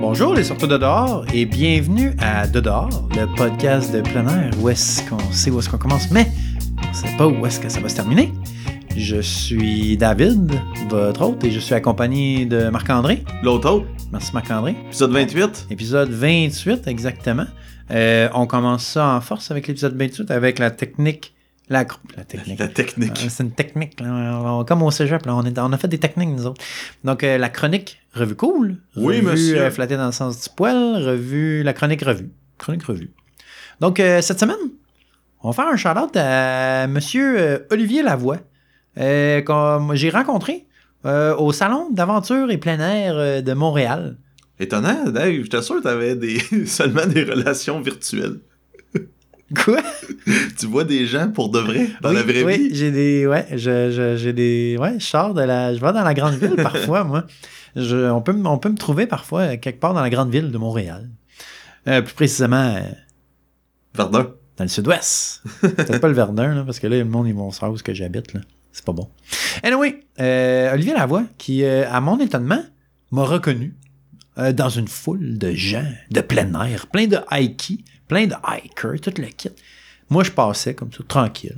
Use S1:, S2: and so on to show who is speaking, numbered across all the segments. S1: Bonjour les sorteurs de dehors et bienvenue à De dehors, le podcast de plein air où est-ce qu'on sait où est-ce qu'on commence, mais on ne sait pas où est-ce que ça va se terminer. Je suis David, votre hôte, et je suis accompagné de Marc-André.
S2: L'autre autre,
S1: Merci Marc-André.
S2: épisode 28.
S1: Épisode 28 exactement. Euh, on commence ça en force avec l'épisode 28 avec la technique, la, gro- la technique.
S2: La technique.
S1: Euh, C'est une technique. là. On- Comme au cégep, là, on, est- on a fait des techniques, nous autres. Donc, euh, la chronique, revue cool.
S2: Oui,
S1: revue,
S2: monsieur.
S1: euh, flattée dans le sens du poil. Revue, la chronique revue. Chronique revue. Donc, euh, cette semaine, on va faire un shout-out à monsieur euh, Olivier Lavoie, euh, qu'on- j'ai rencontré euh, au Salon d'aventure et plein air euh, de Montréal.
S2: Étonnant, Dave, j'étais sûr que t'avais des... seulement des relations virtuelles.
S1: Quoi?
S2: Tu vois des gens pour de vrai, dans
S1: oui,
S2: la vraie
S1: oui,
S2: vie.
S1: j'ai des. Ouais, je, je- j'ai des. Ouais, je sors de la. Je vais dans la grande ville parfois, moi. Je, on, peut, me- on peut me trouver parfois euh, quelque part dans la grande ville de Montréal. Euh, plus précisément, euh,
S2: Pardon.
S1: dans le sud-ouest. Peut-être pas le Verdun, là, parce que là, le monde, ils vont savoir où est-ce que j'habite, là. C'est pas bon. Anyway, euh, Olivier Lavoie, qui, euh, à mon étonnement, m'a reconnu euh, dans une foule de gens, de plein air, plein de hikers, plein de hikers, tout le kit. Moi, je passais comme ça, tranquille.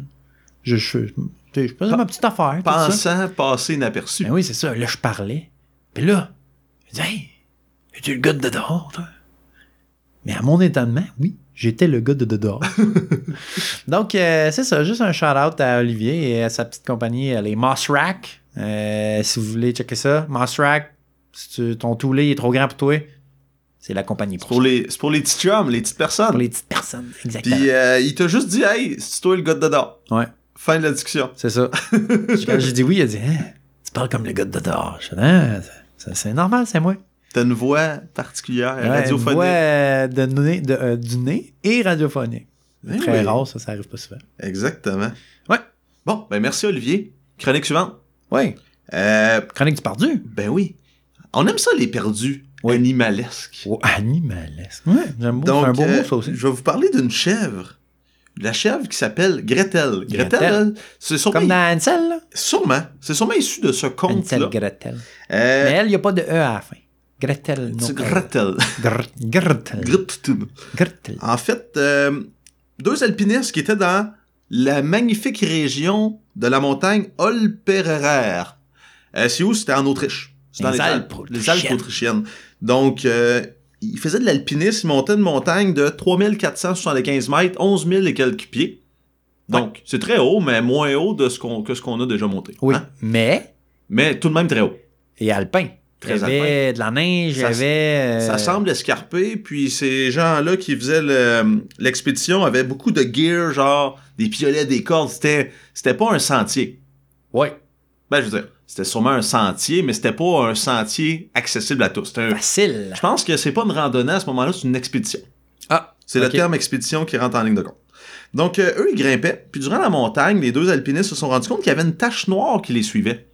S1: Je, je, tu sais, je faisais ma petite affaire. tout ça.
S2: Pensant passer inaperçu.
S1: Ben oui, c'est ça. Là, je parlais. Puis là, je dis Hey, es-tu le gars de dehors, toi? Mais à mon étonnement, oui, j'étais le gars de dehors. Donc, euh, c'est ça. Juste un shout-out à Olivier et à sa petite compagnie, euh, les Moss Rack. Euh, si vous voulez checker ça, Moss Rack, si tu- ton toulet est trop grand pour toi, c'est la compagnie
S2: C'est pour, les... c'est pour les petits chums, les petites
S1: pour
S2: personnes.
S1: les petites personnes. Exactement.
S2: Puis euh, il t'a juste dit, hey, c'est toi le gars de dedans.
S1: Ouais.
S2: Fin de la discussion.
S1: C'est ça. Quand j'ai dit oui, il a dit Hein, Tu parles comme le gars de dehors. Je dis, Hein, ça- c'est normal, c'est moi.
S2: T'as une voix particulière,
S1: Ouais,
S2: radiophonique.
S1: une voix, euh, de nez- de, euh, du nez et radiophonique.
S2: Eh
S1: Très
S2: oui,
S1: rare, ça, ça arrive pas souvent.
S2: Exactement.
S1: Ouais.
S2: Bon, ben merci Olivier. Chronique suivante.
S1: Oui,
S2: Euh,
S1: chronique du pardu.
S2: ben oui. On aime ça les perdus
S1: Oui.
S2: animalesques.
S1: Oh, animalesque. Ouais, j'aime beaucoup.
S2: Donc,
S1: C'est un beau
S2: euh,
S1: mot, ça aussi.
S2: je vais vous parler d'une chèvre. La chèvre qui s'appelle Gretel. Gretel,
S1: Gretel.
S2: elle, c'est sûrement,
S1: Comme dans Ansel, là.
S2: sûrement, c'est sûrement issu de ce
S1: Ansel
S2: conte-là.
S1: Gretel. Mais
S2: Euh,
S1: elle, il n'y a pas de E à la fin. Gretel, non.
S2: c'est
S1: Gretel.
S2: Gretel.
S1: Gretel.
S2: Gretel.
S1: Gretel.
S2: En fait, euh, deux alpinistes qui étaient dans la magnifique région de la montagne Olperer. Euh, c'est où? C'était en Autriche. C'est dans
S1: Les
S2: les Alpes.
S1: Alpes
S2: Les Alpes autrichiennes. Donc, euh, ils faisaient de l'alpinisme, ils montaient une montagne de 3475 mètres, 11 000 et quelques pieds. Donc, c'est très haut, mais moins haut de ce qu'on, que ce qu'on a déjà monté.
S1: Oui,
S2: hein.
S1: mais,
S2: Mais tout de même très haut.
S1: et alpin.
S2: Très
S1: il y avait de la neige, il y
S2: Ça-
S1: avait. euh,
S2: Ça semble escarpé, puis ces gens-là qui faisaient le- l'expédition avaient beaucoup de gear, genre des piolets, des cordes. C'était, c'était pas un sentier.
S1: Ouais,
S2: Ben, je veux dire, c'était sûrement un sentier, mais c'était pas un sentier accessible à tous. C'était un-
S1: facile.
S2: Je pense que c'est pas une randonnée à ce moment-là, c'est une expédition.
S1: Ah,
S2: C'est
S1: ok.
S2: le terme expédition qui rentre en ligne de compte. Donc, euh, eux, ils grimpaient, puis durant la montagne, les deux alpinistes se sont rendus compte qu'il y avait une tache noire qui les suivait.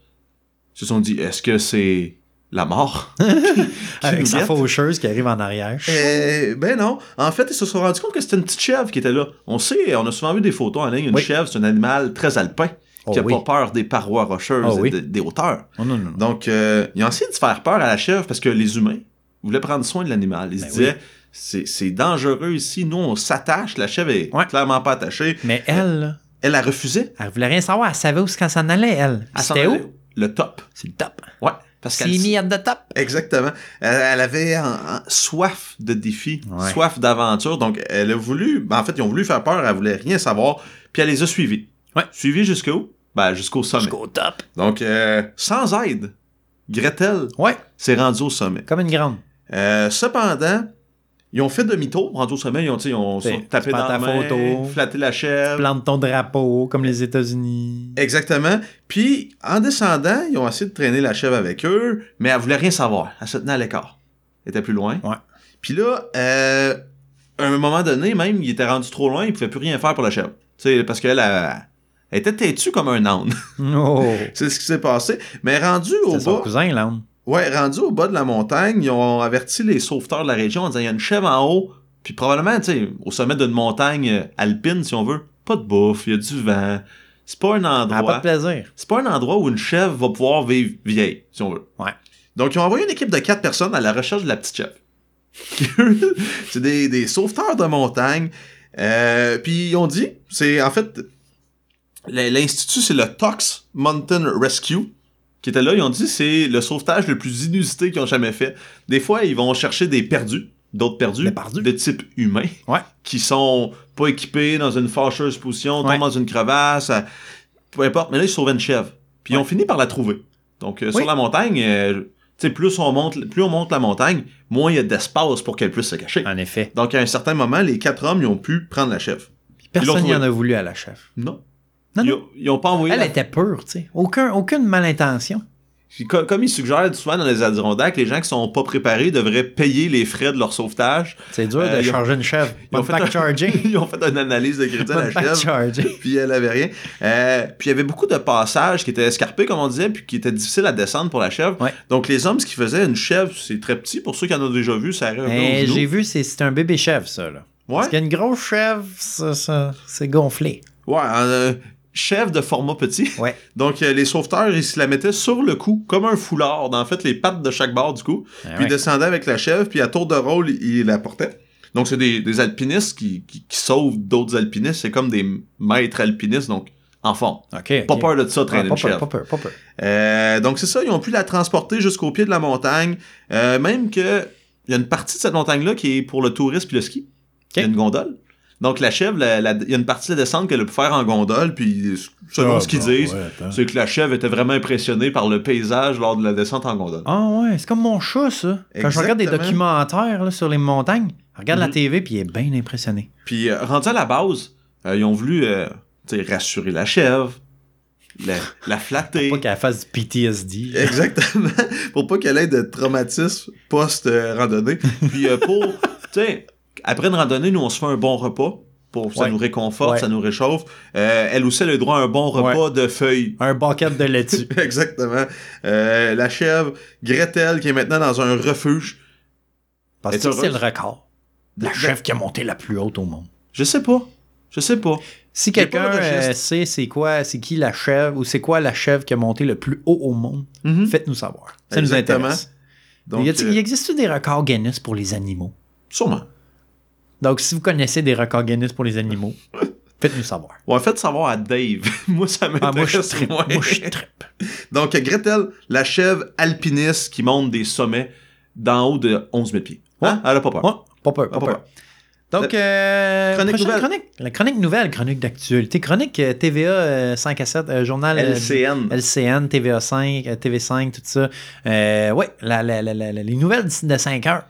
S2: Ils se sont dit, est-ce que c'est la mort?
S1: Avec sa
S2: Juliette.
S1: faucheuse qui arrive en arrière.
S2: Euh, ben non. En fait, ils se sont rendus compte que c'était une petite chèvre qui était là. On sait, on a souvent vu des photos en ligne. Une
S1: Oui.
S2: chèvre, c'est un animal très alpin
S1: Oh
S2: qui a
S1: oui.
S2: pas peur des parois rocheuses
S1: Ah
S2: et
S1: oui.
S2: de- des hauteurs.
S1: Oh non, non, non.
S2: Donc, euh, ils ont essayé de faire peur à la chèvre parce que les humains voulaient prendre soin de l'animal. Ils
S1: Ben
S2: se disaient, c'est- c'est dangereux ici. Nous, on s'attache. La chèvre est
S1: Ouais.
S2: clairement pas attachée.
S1: Mais elle, là,
S2: Elle a refusé.
S1: Elle voulait rien savoir. Elle savait où c'est quand ça en allait, elle.
S2: à s'en
S1: C'était
S2: aller.
S1: où?
S2: Le top.
S1: C'est le top.
S2: Ouais. Parce
S1: C'est
S2: qu'elle
S1: milliards de top.
S2: Exactement. Elle, elle avait en- en- soif de défi,
S1: Ouais.
S2: soif d'aventure. Donc, elle a voulu. ben, en fait, ils ont voulu faire peur. Elle voulait rien savoir. Puis elle les a suivis.
S1: Ouais.
S2: Suivis jusqu'où Ben, jusqu'au sommet.
S1: Jusqu'au top.
S2: Donc, euh, sans aide, Gretel
S1: Ouais,
S2: s'est rendue au sommet.
S1: comme une grande.
S2: Euh, cependant, ils ont fait demi-tour, rendus au sommet. Ils ont, tu sais, ils ont
S1: C'est-
S2: tapé
S1: tu
S2: dans
S1: Ben, prends
S2: la
S1: ta
S2: main,
S1: photo.
S2: flatté la chèvre.
S1: Plante ton drapeau, comme les États-Unis.
S2: Exactement. Puis, en descendant, ils ont essayé de traîner la chèvre avec eux, mais elle voulait rien savoir. Elle se tenait à l'écart. Elle était plus loin.
S1: Ouais.
S2: Puis là, euh, à un moment donné, même, il était rendu trop loin, il pouvait plus rien faire pour la chèvre. Tu sais, parce qu'elle elle- elle était têtue comme un âne.
S1: Oh.
S2: C'est ce qui s'est passé. Mais rendu au
S1: C'est son
S2: bas,
S1: cousin, là.
S2: ouais, rendu au bas de la montagne, ils ont averti les sauveteurs de la région en disant, il y a une chèvre en haut, puis probablement, tu sais, au sommet d'une montagne euh, alpine, si on veut, pas de bouffe, il y a du vent. C'est pas un
S1: Elle
S2: endroit
S1: a Ah, pas de plaisir.
S2: c'est pas un endroit où une chèvre va pouvoir vivre vieille, si on veut.
S1: Ouais.
S2: Donc, ils ont envoyé une équipe de quatre personnes à la recherche de la petite chèvre. c'est des, des sauveteurs de montagne. Euh, puis on dit, c'est en fait, l- l'institut, c'est le Tox Mountain Rescue qui était là. Ils ont dit, c'est le sauvetage le plus inusité qu'ils ont jamais fait. Des fois, ils vont chercher des perdus, d'autres perdus,
S1: Des perdus.
S2: de type humain,
S1: Ouais.
S2: qui sont pas équipés, dans une fâcheuse position,
S1: Ouais.
S2: tombent dans une crevasse, à- peu importe. Mais là, ils sauvaient une chèvre. Puis ils
S1: Ouais.
S2: ont fini par la trouver. Donc, euh,
S1: Oui.
S2: sur la montagne, euh, tu sais, plus on monte, plus on monte la montagne, moins il y a d'espace pour qu'elle puisse se cacher.
S1: En effet.
S2: Donc, à un certain moment, les quatre hommes, ils ont pu prendre la chèvre.
S1: Personne n'y en
S2: trouvé.
S1: a voulu à la chef.
S2: Non.
S1: Non,
S2: ils,
S1: non.
S2: Ont, ils ont pas envoyé.
S1: Elle
S2: la-
S1: était pure, tu sais. Aucun, aucune malintention.
S2: Puis co- Comme ils suggèrent souvent dans les Adirondacks, les gens qui sont pas préparés devraient payer les frais de leur sauvetage.
S1: C'est dur
S2: Euh,
S1: de
S2: ils ont-
S1: charger une chèvre.
S2: ils ont
S1: Bonne
S2: fait
S1: pack
S2: un-
S1: charging.
S2: Ils ont fait une analyse de crédit à la
S1: Bonne pack
S2: chèvre,
S1: charging.
S2: puis elle avait rien. Euh, puis il y avait beaucoup de passages qui étaient escarpés, comme on disait, puis qui étaient difficiles à descendre pour la chèvre.
S1: Ouais.
S2: Donc les hommes, ce qu'ils faisaient, une chèvre, c'est très petit. Pour ceux qui en ont déjà vu, ça arrive un peu
S1: Mais
S2: au genou.
S1: Eh, j'ai vu, c'est c'est un bébé chèvre, ça, là.
S2: Ouais,
S1: Parce qu'il y a une grosse chèvre, ça, ça- c'est gonflé.
S2: ouais euh, chèvre de format petit.
S1: Ouais.
S2: Donc euh, les sauveteurs, ils se la mettaient sur le cou, comme un foulard, dans en fait les pattes de chaque bord du cou.
S1: Ah
S2: puis
S1: ouais.
S2: il descendait avec la chèvre, puis à tour de rôle, il la portait. Donc, c'est des, des alpinistes qui, qui- qui sauvent d'autres alpinistes. C'est comme des maîtres alpinistes, donc en forme.
S1: Ok, ok.
S2: Pas peur de ça,
S1: Ah,
S2: traîner
S1: pas
S2: une chèvre.
S1: peur, pas peur, pas peur.
S2: Euh, donc, c'est ça, ils ont pu la transporter jusqu'au pied de la montagne. Euh, même que, il y a une partie de cette montagne-là qui est pour le tourisme puis le ski. Il y a une gondole. Donc, la chèvre, la- la- il y a une partie de la descente qu'elle a pu faire en gondole, puis
S1: Ah,
S2: selon ce qu'ils
S1: ben
S2: disent, c'est que la chèvre était vraiment impressionnée par le paysage lors de la descente en gondole.
S1: Ah ouais, c'est comme mon chat, ça. Quand je regarde des
S2: Exactement.
S1: documentaires là, sur les montagnes, je regarde la
S2: Mhm.
S1: TV puis il est bien impressionné.
S2: Puis euh, rendu à la base, euh, ils ont voulu euh, tu sais, rassurer la chèvre, la, la flatter.
S1: Pas qu'elle fasse du PTSD.
S2: Exactement. Pour pas qu'elle ait de traumatisme post-randonnée. Puis euh, pour, tu sais, après une randonnée, nous, on se fait un bon repas. Pour, ça
S1: Ouais.
S2: nous réconforte,
S1: Ouais.
S2: ça nous réchauffe. Euh, elle aussi, elle a le droit à un bon repas de feuilles.
S1: Un bucket de laitue.
S2: Exactement. Euh, la chèvre, Gretel, qui est maintenant dans un refuge.
S1: Parce
S2: Elle
S1: que
S2: est
S1: c'est le
S2: heureuse.
S1: record.
S2: Ben,
S1: La chèvre qui a monté la plus haute au monde.
S2: Je sais pas. Je sais pas.
S1: Si
S2: J'ai pas
S1: quelqu'un
S2: le registre.
S1: euh, sait c'est quoi, c'est qui la chèvre ou c'est quoi la chèvre qui a monté le plus haut au monde,
S2: Mhm.
S1: faites-nous savoir. Ça
S2: Exactement.
S1: nous intéresse.
S2: Donc,
S1: y a-t-il-
S2: euh,
S1: y existe-t-il des records Guinness pour les animaux?
S2: sûrement.
S1: Donc, si vous connaissez des records Guinness pour les animaux, faites-nous savoir.
S2: Ouais, faites savoir à Dave. moi, ça
S1: Ah, moi,
S2: m'intéresse.
S1: je trippe.
S2: moins.
S1: Moi, je trippe.
S2: Donc, Gretel, la chèvre alpiniste qui monte des sommets d'en haut de 11 000 pieds. Hein? Elle a pas peur.
S1: Ah. Ouais, pas peur, pas
S2: Ah, pas
S1: peur. Donc, euh,
S2: Chronique
S1: prochaine
S2: nouvelle.
S1: chronique. La chronique nouvelle, chronique d'actualité. Chronique euh, TVA euh, 5 à 7, euh, journal euh,
S2: LCN.
S1: LCN, TVA 5, euh, TV5, tout ça. Euh, ouais, la- la- la- la- la- les nouvelles d'ici de 5 heures.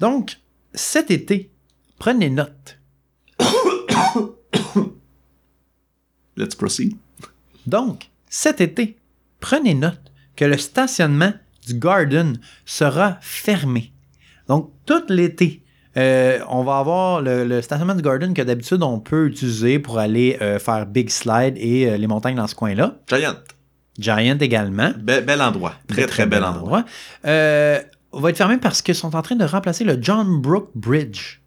S1: Donc, cet été, prenez note.
S2: Let's proceed.
S1: Donc, cet été, prenez note que le stationnement du Garden sera fermé. Donc, tout l'été, euh, on va avoir le, le stationnement du Garden que d'habitude on peut utiliser pour aller euh, faire Big Slide et euh, les montagnes dans ce coin-là.
S2: Giant.
S1: Giant également.
S2: Be- bel endroit. Très, très, bel endroit.
S1: Euh, va être fermé parce qu'ils sont en train de remplacer le John Brook Bridge.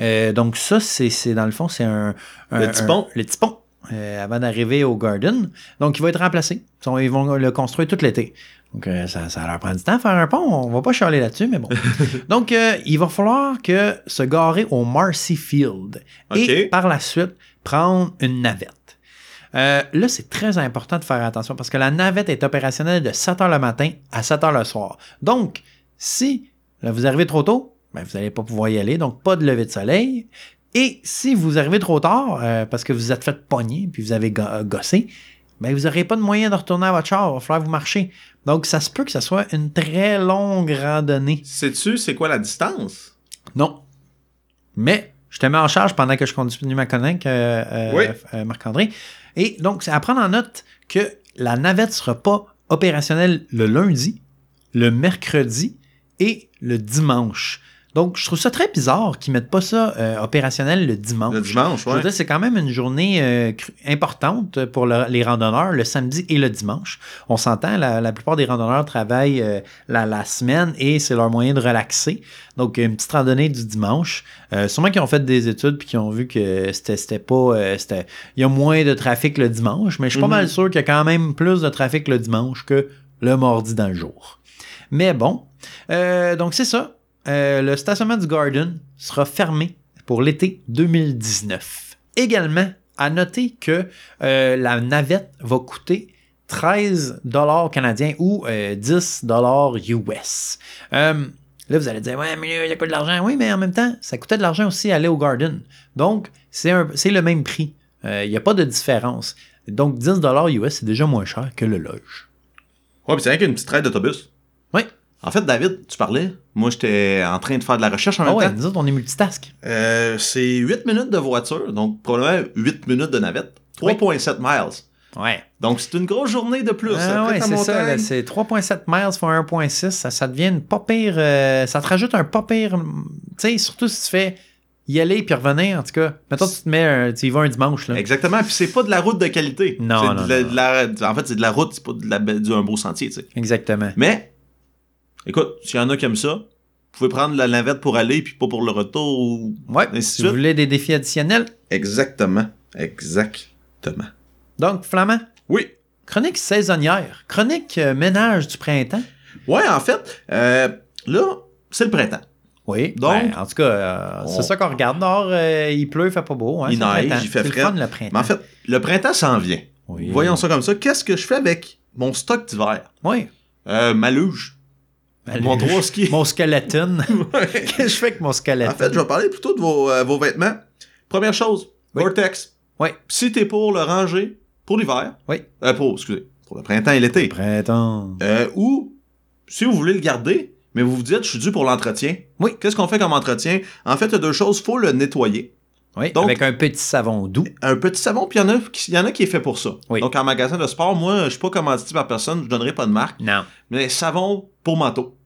S1: Euh, donc ça, c'est c'est- dans le fond, c'est un, un-
S2: Le petit
S1: un-
S2: pont.
S1: le petit pont, euh, avant d'arriver au Garden. Donc il va être remplacé. Ils sont- Ils vont le construire tout l'été. Donc euh, ça, ça leur prend du temps à faire un pont. On va pas charler là-dessus, mais bon. donc euh, il va falloir que se garer au Marcy Field et
S2: Ok.
S1: par la suite prendre une navette. Euh, là, c'est très important de faire attention parce que la navette est opérationnelle de 7h le matin à 7h le soir. Donc, si là, vous arrivez trop tôt, ben, vous n'allez pas pouvoir y aller, donc pas de lever de soleil. Et si vous arrivez trop tard euh, parce que vous êtes fait pogner puis vous avez go- euh, gossé, ben, vous n'aurez pas de moyen de retourner à votre char, il va falloir vous marcher. Donc, ça se peut que ce soit une très longue randonnée.
S2: Sais-tu, c'est quoi la distance?
S1: Non. Mais je te mets en charge pendant que je conduis ma connect, euh, euh,
S2: Oui.
S1: euh, Marc-André. Et donc, c'est à prendre en note que la navette ne sera pas opérationnelle le lundi, le mercredi et le dimanche. Donc, je trouve ça très bizarre qu'ils mettent pas ça euh, opérationnel le dimanche.
S2: Le dimanche,
S1: Je veux
S2: ouais.
S1: dire, c'est quand même une journée euh, cru- importante pour le- les randonneurs, le samedi et le dimanche. On s'entend, la, la plupart des randonneurs travaillent euh, la, la semaine et c'est leur moyen de relaxer. Donc, une petite randonnée du dimanche. Euh, sûrement qu'ils ont fait des études puis qu'ils ont vu que c'était c'était pas. euh, c'était- il y a moins de trafic le dimanche, mais je suis pas
S2: Mhm.
S1: mal sûr qu'il y a quand même plus de trafic le dimanche que le mardi dans le jour. Mais bon. Euh, donc, c'est ça. euh, le stationnement du Garden sera fermé pour l'été 2019. Également, à noter que euh, la navette va coûter 13 dollars canadiens ou euh, 10 dollars US. Euh, là, vous allez dire, ouais, mais ça coûte de l'argent. Oui, mais en même temps, ça coûtait de l'argent aussi aller au Garden. Donc, c'est un- c'est le même prix. Euh, Il n'y a pas de différence. Donc, 10 dollars US, c'est déjà moins cher que le loge.
S2: Ouais, puis c'est rien qu'une petite traite d'autobus.
S1: Oui.
S2: En fait, David, tu parlais. Moi, j'étais en train de faire de la recherche en
S1: Ah
S2: même
S1: ouais,
S2: temps.
S1: nous autres, on est multitask.
S2: Euh, c'est 8 minutes de voiture, donc probablement 8 minutes de navette. 3,7 miles.
S1: Ouais.
S2: Donc, c'est une grosse journée de plus.
S1: Ah
S2: Après
S1: ouais,
S2: ta
S1: c'est ça.
S2: montagne,
S1: là, C'est 3,7 miles fois 1,6. Ça, ça devient une pas pire. euh, ça te rajoute un pas pire. hum, Tu sais, surtout si tu fais y aller puis revenir, en tout cas. Mettons, tu te mets un- tu y vas un dimanche. Là.
S2: Exactement, puis c'est pas de la route de qualité.
S1: Non,
S2: C'est de
S1: non,
S2: la-
S1: non.
S2: de la- en fait, c'est de la route, c'est pas de la, du- un beau sentier, tu sais.
S1: Exactement.
S2: Mais, écoute, s'il y en a comme ça, vous pouvez prendre la navette pour aller, puis pas pour le retour. ou-
S1: Ouais.
S2: ainsi de
S1: Si
S2: suite.
S1: vous voulez des défis additionnels.
S2: Exactement. Exactement.
S1: Donc, Flamand,
S2: Oui.
S1: chronique saisonnière, chronique euh, ménage du printemps.
S2: Ouais, en fait, euh, là, c'est le printemps.
S1: Oui.
S2: Donc,
S1: ben, en tout cas, euh,
S2: on-
S1: c'est ça qu'on regarde. Dehors, euh, il pleut, il fait pas beau. hein,
S2: Il
S1: c'est le
S2: neige,
S1: printemps.
S2: il fait
S1: C'est le
S2: frais.
S1: fun, le printemps.
S2: Mais en fait, le printemps s'en vient.
S1: Oui.
S2: Voyons ça comme ça. Qu'est-ce que je fais avec mon stock d'hiver?
S1: Oui.
S2: Euh, ma luge.
S1: droit
S2: Mon droit au ski.
S1: Mon skeleton.
S2: Ouais.
S1: Qu'est-ce que je fais avec mon skeleton?
S2: En fait, je vais parler plutôt de vos, euh, vos vêtements. Première chose,
S1: Oui.
S2: Gore-Tex.
S1: Oui.
S2: Si t'es pour le ranger pour l'hiver,
S1: Oui.
S2: euh, pour, excusez, pour le printemps et l'été,
S1: Printemps.
S2: euh, ou si vous voulez le garder, mais vous vous dites, je suis dû pour l'entretien.
S1: Oui.
S2: Qu'est-ce qu'on fait comme entretien? En fait, il y a deux choses. faut le nettoyer.
S1: Oui,
S2: Donc-
S1: avec un petit savon doux.
S2: Un petit savon, puis il y, en a qui- il y en a qui est fait pour ça.
S1: Oui.
S2: Donc, en magasin de sport, moi, je suis pas commandité par personne, je donnerai pas de marque,
S1: Non.
S2: mais savon pour manteau.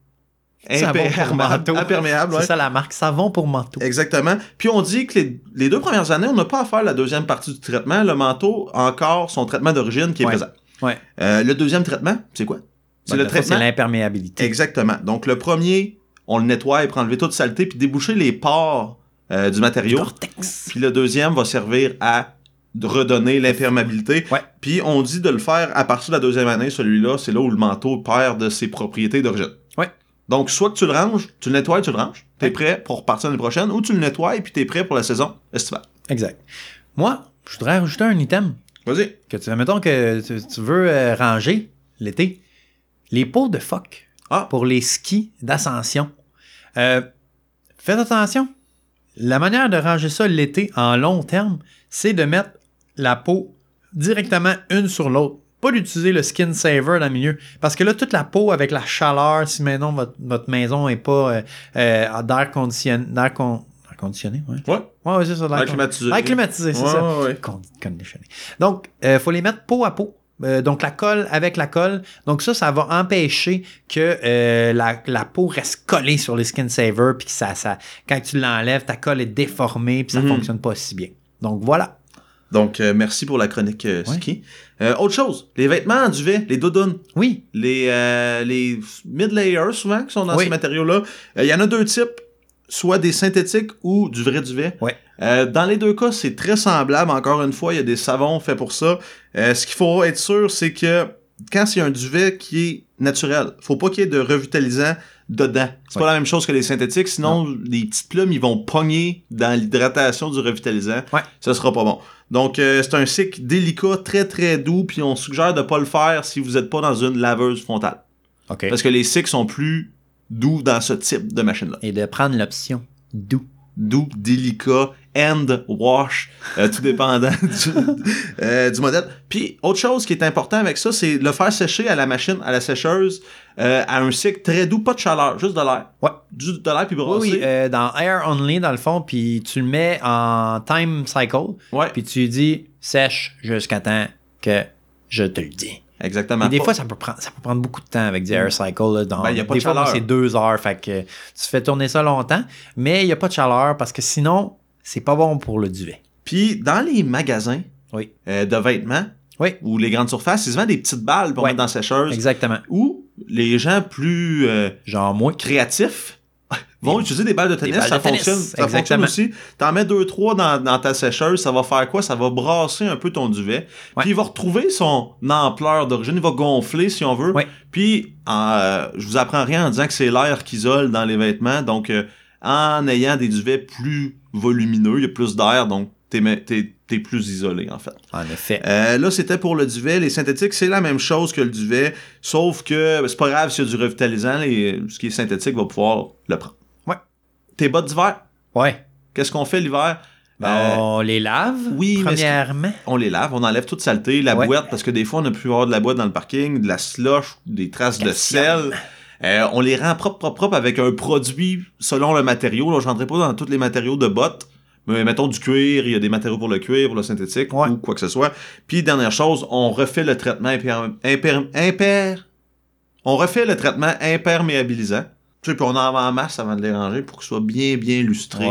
S1: Savon pour manteau.
S2: Imperméable,
S1: C'est
S2: ouais.
S1: ça la marque, savon pour manteau.
S2: Exactement. Puis on dit que les, les deux premières années, on n'a pas à faire la deuxième partie du traitement. Le manteau, encore son traitement d'origine qui est
S1: Ouais.
S2: présent.
S1: Ouais.
S2: Euh, le deuxième traitement, c'est quoi? C'est
S1: Ben,
S2: le
S1: dans fond,
S2: traitement.
S1: C'est l'imperméabilité.
S2: Exactement. Donc le premier, on le nettoie pour enlever toute saleté puis déboucher les pores euh, du matériau.
S1: Cortex.
S2: Puis le deuxième va servir à de redonner l'imperméabilité.
S1: Ouais.
S2: Puis on dit de le faire à partir de la deuxième année, celui-là, c'est là où le manteau perd de ses propriétés d'origine.
S1: Ouais.
S2: Donc soit que tu le ranges, tu le nettoies, tu le ranges, t'es
S1: Ouais.
S2: prêt pour repartir l'année prochaine, ou tu le nettoies puis t'es prêt pour la saison estivale.
S1: Exact. Moi, je voudrais rajouter un item
S2: Vas-y.
S1: que tu mettons que tu, tu veux euh, ranger l'été. Les pots de phoque
S2: Ah.
S1: pour les skis d'ascension. Euh, faites attention. La manière de ranger ça l'été en long terme, c'est de mettre la peau directement une sur l'autre. Pas d'utiliser le skin saver dans le milieu. Parce que là, toute la peau avec la chaleur, si maintenant votre, votre maison n'est pas euh, euh, d'air conditionné. D'air con- air conditionné, ouais.
S2: Ouais.
S1: Ouais, ouais, c'est ça, d'air con-
S2: Acclimatisé.
S1: Air climatisé, c'est
S2: Ouais,
S1: ça.
S2: ouais, ouais.
S1: Con- conditionné. Donc, il faut les mettre peau à peau. Euh, donc, la colle avec la colle. Donc, ça, ça va empêcher que euh, la, la peau reste collée sur les skin savers. Puis, que ça, ça, quand tu l'enlèves, ta colle est déformée. Puis, ça
S2: Mhm.
S1: fonctionne pas si bien. Donc, voilà.
S2: Donc euh, merci pour la chronique euh,
S1: Ouais.
S2: ski. Euh, autre chose, les vêtements en duvet, les doudounes.
S1: Oui,
S2: les, euh, les mid-layers souvent qui sont dans
S1: Oui.
S2: ces matériaux-là. Euh, Il y en a deux types, soit des synthétiques ou du vrai duvet.
S1: Ouais.
S2: Euh, dans les deux cas, c'est très semblable. Encore une fois, il y a des savons faits pour ça. Euh, ce qu'il faut être sûr, c'est que quand c'est un duvet qui est naturel, faut pas qu'il y ait de revitalisant dedans. C'est
S1: Ouais.
S2: pas la même chose que les synthétiques, sinon les petites plumes, ils vont pogner dans l'hydratation du revitalisant.
S1: Ouais.
S2: Ça sera pas bon. Donc, euh, c'est un cycle délicat, très très doux, puis on suggère de pas le faire si vous n'êtes pas dans une laveuse frontale.
S1: OK.
S2: Parce que les cycles sont plus doux dans ce type de machine-là.
S1: Et de prendre l'option doux.
S2: Doux, délicat, end, wash, euh, tout dépendant du, euh, du modèle. Puis, autre chose qui est important avec ça, c'est de le faire sécher à la machine, à la sécheuse, euh, à un cycle très doux, pas de chaleur, juste de l'air.
S1: Ouais.
S2: Juste de l'air puis
S1: Oui,
S2: brassé.
S1: oui, euh, dans Air Only, dans le fond, puis tu le mets en time cycle,
S2: ouais,
S1: puis tu dis sèche jusqu'à temps que je te le dis.
S2: exactement.
S1: Et des
S2: Pas-
S1: fois, ça peut prendre, ça peut prendre beaucoup de temps avec du air cycle. là, dans,
S2: Ben, y a pas
S1: des
S2: de
S1: fois, moi,
S2: chaleur.
S1: c'est deux heures, fait que tu fais tourner ça longtemps, mais il n'y a pas de chaleur parce que sinon, c'est pas bon pour le duvet.
S2: Puis, dans les magasins
S1: Oui.
S2: euh, de vêtements,
S1: Oui.
S2: ou les grandes surfaces, ils se vendent des petites balles pour
S1: Ouais.
S2: mettre dans la sécheuse.
S1: Exactement.
S2: Ou les gens plus euh,
S1: Genre moi.
S2: créatifs vont utiliser des balles de tennis,
S1: balles
S2: ça
S1: de tennis,
S2: fonctionne. Ça fonctionne
S1: exactement.
S2: aussi. T'en mets deux, trois dans, dans ta sécheuse, ça va faire quoi? Ça va brasser un peu ton duvet.
S1: Ouais.
S2: Puis il va retrouver son ampleur d'origine, il va gonfler si on veut.
S1: Ouais.
S2: Puis euh, je vous apprends rien en disant que c'est l'air qu'isole dans les vêtements. Donc euh, en ayant des duvets plus volumineux, il y a plus d'air, donc t'es t'es- t'es plus isolé en fait.
S1: En effet.
S2: Euh, là, c'était pour le duvet. Les synthétiques, c'est la même chose que le duvet, sauf que ben, c'est pas grave s'il y a du revitalisant, les- ce qui est synthétique va pouvoir le prendre.
S1: Ouais.
S2: Tes bottes d'hiver,
S1: Ouais.
S2: qu'est-ce qu'on fait l'hiver?
S1: Ben,
S2: Euh,
S1: on les lave.
S2: oui, mais ce qui-
S1: Premièrement.
S2: on les lave, on enlève toute saleté, la
S1: Ouais.
S2: bouette, parce que des fois, on a pu avoir de la boîte dans le parking, de la slush, des traces de
S1: Calcium.
S2: sel. Euh, on les rend propres, propres, propres avec un produit selon le matériau. Là, je rentrerai pas dans tous les matériaux de bottes, mais mettons du cuir, il y a des matériaux pour le cuir, pour le synthétique
S1: Ouais.
S2: ou quoi que ce soit. Puis, dernière chose, on refait le traitement imper... imper... imper- On refait le traitement imperméabilisant. Tu sais, puis on en met en masse avant de les ranger pour qu'ils soient bien, bien lustrés,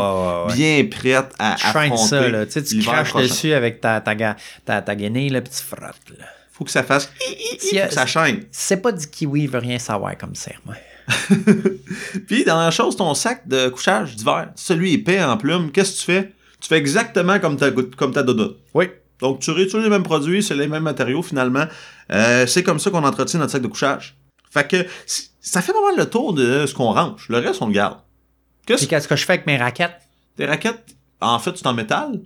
S2: bien prêts à
S1: Tu traînes
S2: affronter.
S1: ça, là. Tu, sais, tu
S2: l'hiver
S1: craches
S2: prochain.
S1: dessus avec ta, ta, ga- ta, ta guenille, là, puis tu frottes, là.
S2: Faut que ça fasse...
S1: Si,
S2: Faut que ça chaîne.
S1: C'est pas du kiwi, il veut rien savoir comme serment.
S2: Puis, dernière chose, ton sac de couchage d'hiver, celui épais en plume, qu'est-ce que tu fais? Tu fais exactement comme ta, goutte- comme ta dodotte.
S1: Oui.
S2: Donc, tu réutilises les mêmes produits, c'est les mêmes matériaux finalement. Euh, c'est comme ça qu'on entretient notre sac de couchage. Fait que c- ça fait pas mal le tour de ce qu'on range. Le reste, on le garde.
S1: Puis
S2: Qu'est-ce que
S1: qu'est-ce que je fais avec mes raquettes?
S2: tes raquettes, en fait, c'est en métal.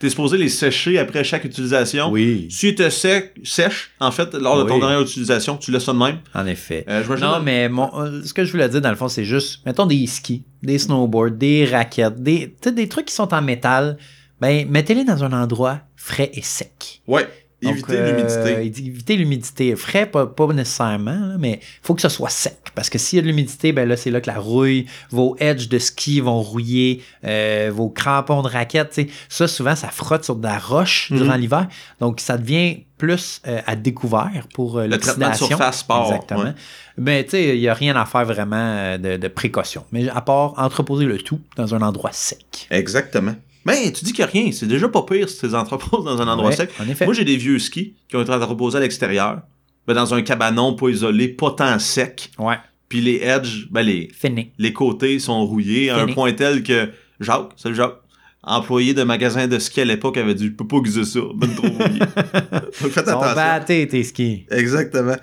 S2: T'es supposé les sécher après chaque utilisation.
S1: Oui,
S2: Si tu sec, sèche, en fait, lors de ton
S1: Oui.
S2: dernière utilisation, tu laisses ça de même.
S1: en effet.
S2: Euh, j'imagine-
S1: Non, mais mon- euh, ce que je voulais dire, dans le fond, c'est juste, mettons des skis, des snowboards, des raquettes, des, tu sais, des trucs qui sont en métal, ben, mettez-les dans un endroit frais et sec.
S2: Ouais,
S1: Donc,
S2: éviter
S1: euh,
S2: l'humidité.
S1: évi- Éviter l'humidité. Frais, pas, pas nécessairement, là, mais faut que ce soit sec. Parce que s'il y a de l'humidité, ben là, c'est là que la rouille, vos edges de ski vont rouiller, euh, vos crampons de raquettes, tu sais. ça, souvent, ça frotte sur de la roche
S2: Mhm.
S1: durant l'hiver. Donc, ça devient plus euh, à découvert pour euh,
S2: Le traitement de
S1: l'oxydation.
S2: surface part.
S1: Exactement.
S2: ouais.
S1: Mais tu sais, il n'y a rien à faire vraiment euh, de, de précaution. Mais à part entreposer le tout dans un endroit sec.
S2: Exactement. Mais tu dis qu'il n'y a rien. C'est déjà pas pire si tu les entreposes dans un endroit
S1: Ouais,
S2: sec.
S1: En effet.
S2: Moi, j'ai des vieux skis qui ont été entreposés à l'extérieur, ben, dans un cabanon pas isolé, pas tant sec.
S1: Ouais.
S2: Puis les edges, ben, les,
S1: Fini.
S2: les côtés sont rouillés à un
S1: Fini.
S2: point tel que Jacques, salut Jacques, employé de magasin de ski à l'époque, avait dit « Je peux pas user ça, ben trop rouillé. » Donc faites
S1: On
S2: attention.
S1: va hâter ben, tes skis.
S2: Exactement.